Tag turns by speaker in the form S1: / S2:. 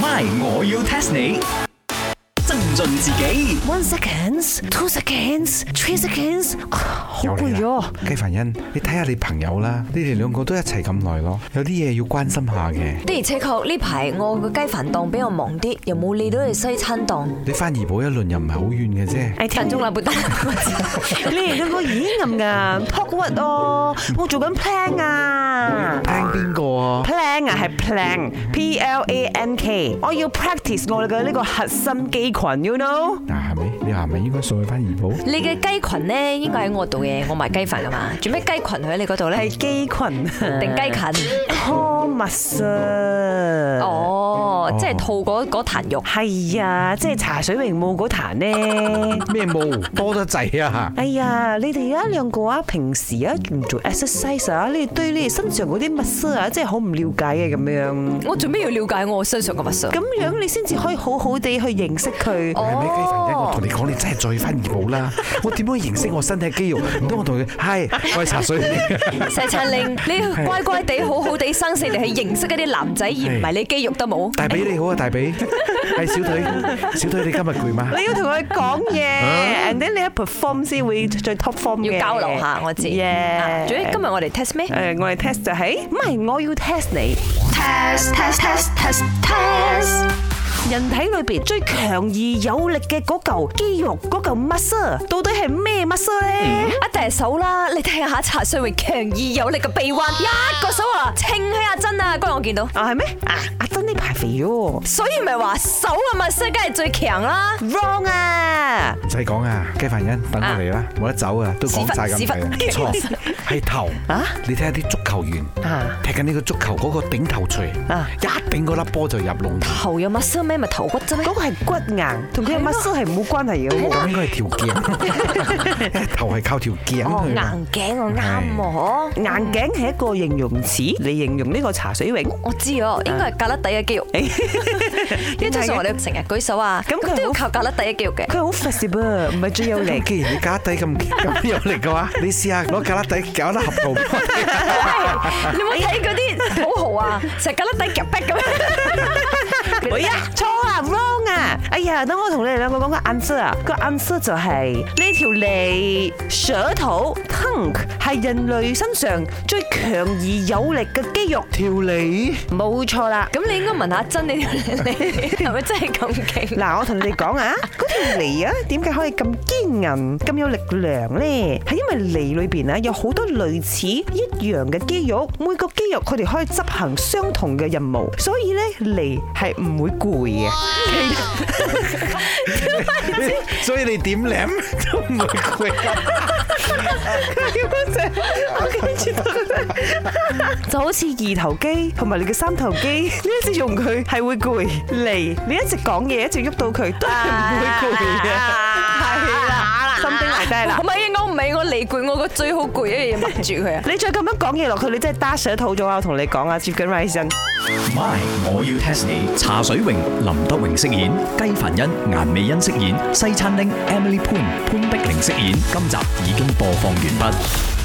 S1: My，我要 test 你。增進自己
S2: One seconds, two seconds, three seconds，啊好
S3: 有
S2: 攰
S3: 你
S2: 咗
S3: 啦。，雞凡欣，你睇下你朋友啦，你哋兩個都一齊咁耐咯，有啲嘢要關心下嘅。
S2: 的而且確呢排我個雞飯檔比較忙啲，又冇理到你西餐檔。
S3: 你翻怡保一輪又唔係好遠嘅啫。
S4: 哎聽
S2: 但中立半 單，
S4: 你哋兩個演咁噶，talk what 哦，我做緊 plan 啊
S3: 聽邊個啊？
S4: ，plan 啊係 plan，P L A N K，我要 practice 我哋嘅呢個核心肌群，you know。
S3: 嗱，係咪？你話係咪應該送佢翻怡保？
S2: 你嘅雞群咧應該喺我度嘅，我賣雞飯噶啊嘛。做咩雞群喺你嗰度咧
S4: 係？肌群
S2: 定雞群？
S4: Thomas 啊，
S2: 哦，即係套嗰嗰壇肉。
S4: 係啊，即係茶水榮務嗰壇咧。
S3: 咩毛多得滯啊！
S4: 哎呀，你哋啊兩個啊，平時啊唔做 exercise 啊，你哋對你哋身上嗰啲 muscle 啊，真係好唔了解嘅咁樣。
S2: 我做咩要了解我身上嘅物素？
S4: 咁樣你先至可以好好地去認識佢。
S3: 係咪雞凡欣？
S2: 哦
S3: 我同你講，你真係再翻怡保啦！我點樣認識我身體肌肉？唔通我同佢嗨，我係茶水。
S2: 石陳令， 你乖乖地、好好地、生性地去認識嗰啲男仔，而唔係你肌肉得 冇？
S3: 大髀你好啊，大髀，係小腿，小腿你今日攰嗎？
S4: 你要同佢講嘢，and then 你喺 perform 先會最 top form 嘅。
S2: 要交流下我知。啊
S4: Yeah
S2: 總之今日我哋 test 咩？
S4: 誒，我哋 test 就係，唔係我要 test 你。
S5: test test test test test
S4: 人體裏邊最強而有力嘅嗰嚿肌肉嗰嚿 muscle，到底係咩 muscle 咧？
S2: 一定係啊手啦，你睇下茶水榮強而有力嘅臂彎，一個手啊，撐起阿珍啊，嗰日我見到，
S4: 啊係咩？啊阿珍呢排肥咗
S2: 所以咪話手嘅物色梗係最強啦。
S4: ，wrong à. 啊！
S3: 唔使講啊，雞凡欣等我嚟啦，冇得走啊，都講晒咁
S2: 屎忽
S3: 滯啦。
S2: 屎忽
S3: 錯，係頭
S4: 啊
S3: 你睇下啲足球員
S4: 啊
S3: 踢緊呢個足球嗰個頂頭槌，
S4: 啊
S3: 一頂嗰粒波就入 籠。
S2: 頭有物色咩？咪頭骨啫咩
S4: 嗰？個係骨硬，同佢嘅 muscle 係冇關係嘅喎。
S3: 咁應該係 條頸，頭係靠條頸
S2: 哦，
S3: 去。
S2: 硬頸我啱喎，嗬
S4: 硬頸係一個形容詞嚟形容呢個茶水泳。
S2: 我知哦，應該係格甩底嘅肌 肉。因為通常我哋成日舉手啊，
S4: 咁佢
S2: 咁都要
S4: 好
S2: 靠格甩底嘅肌肉嘅。
S4: 佢好 flexible，唔係最有力
S3: 咁。既然你架底咁 咁有力嘅話，你試下攞架底搞得合 桃。
S2: 你有冇睇嗰啲土豪啊？成日格甩底夾逼咁 樣。
S4: 哎呀，錯啊，wrong 啊！哎呀，等我同你哋兩個講個 answer 啊，個 answer 就係呢條脷、舌頭、tongue 係人類身上最強而有力嘅肌肉，
S3: 條脷
S4: 冇錯啦。
S2: 咁你應該問下真你條你係咪真係咁勁？
S4: 嗱，我同你哋講啊，嗰條脷啊，點解可以咁堅韌、咁有力量咧？係因為脷裏邊啊有好多類似一樣嘅肌肉，每個肌肉佢哋可以執行相同嘅任務，所以咧脷係唔會攰嘅。
S3: 所以你點舐都唔會攰。
S4: 就好似二頭肌同埋你嘅三頭肌，你一直用佢係會攰，嚟你一直講嘢，一直喐到佢都
S2: 哎
S4: 係 唔
S2: À.
S4: 會攰嘅，係啦，心兵埋低啦
S2: 唔。係我唔係我嚟攰，我個最好 攰一樣嘢掹住佢啊！
S4: 你再咁樣講嘢落去，你真係打舌肚咗啊！我同你講啊，接緊 Ryson。
S1: ，My，我要 test 你。茶水榮、林德榮飾演，雞凡欣、顏美欣飾演，西餐廳 Emily Poon 潘碧玲飾演。今集已經播放完畢。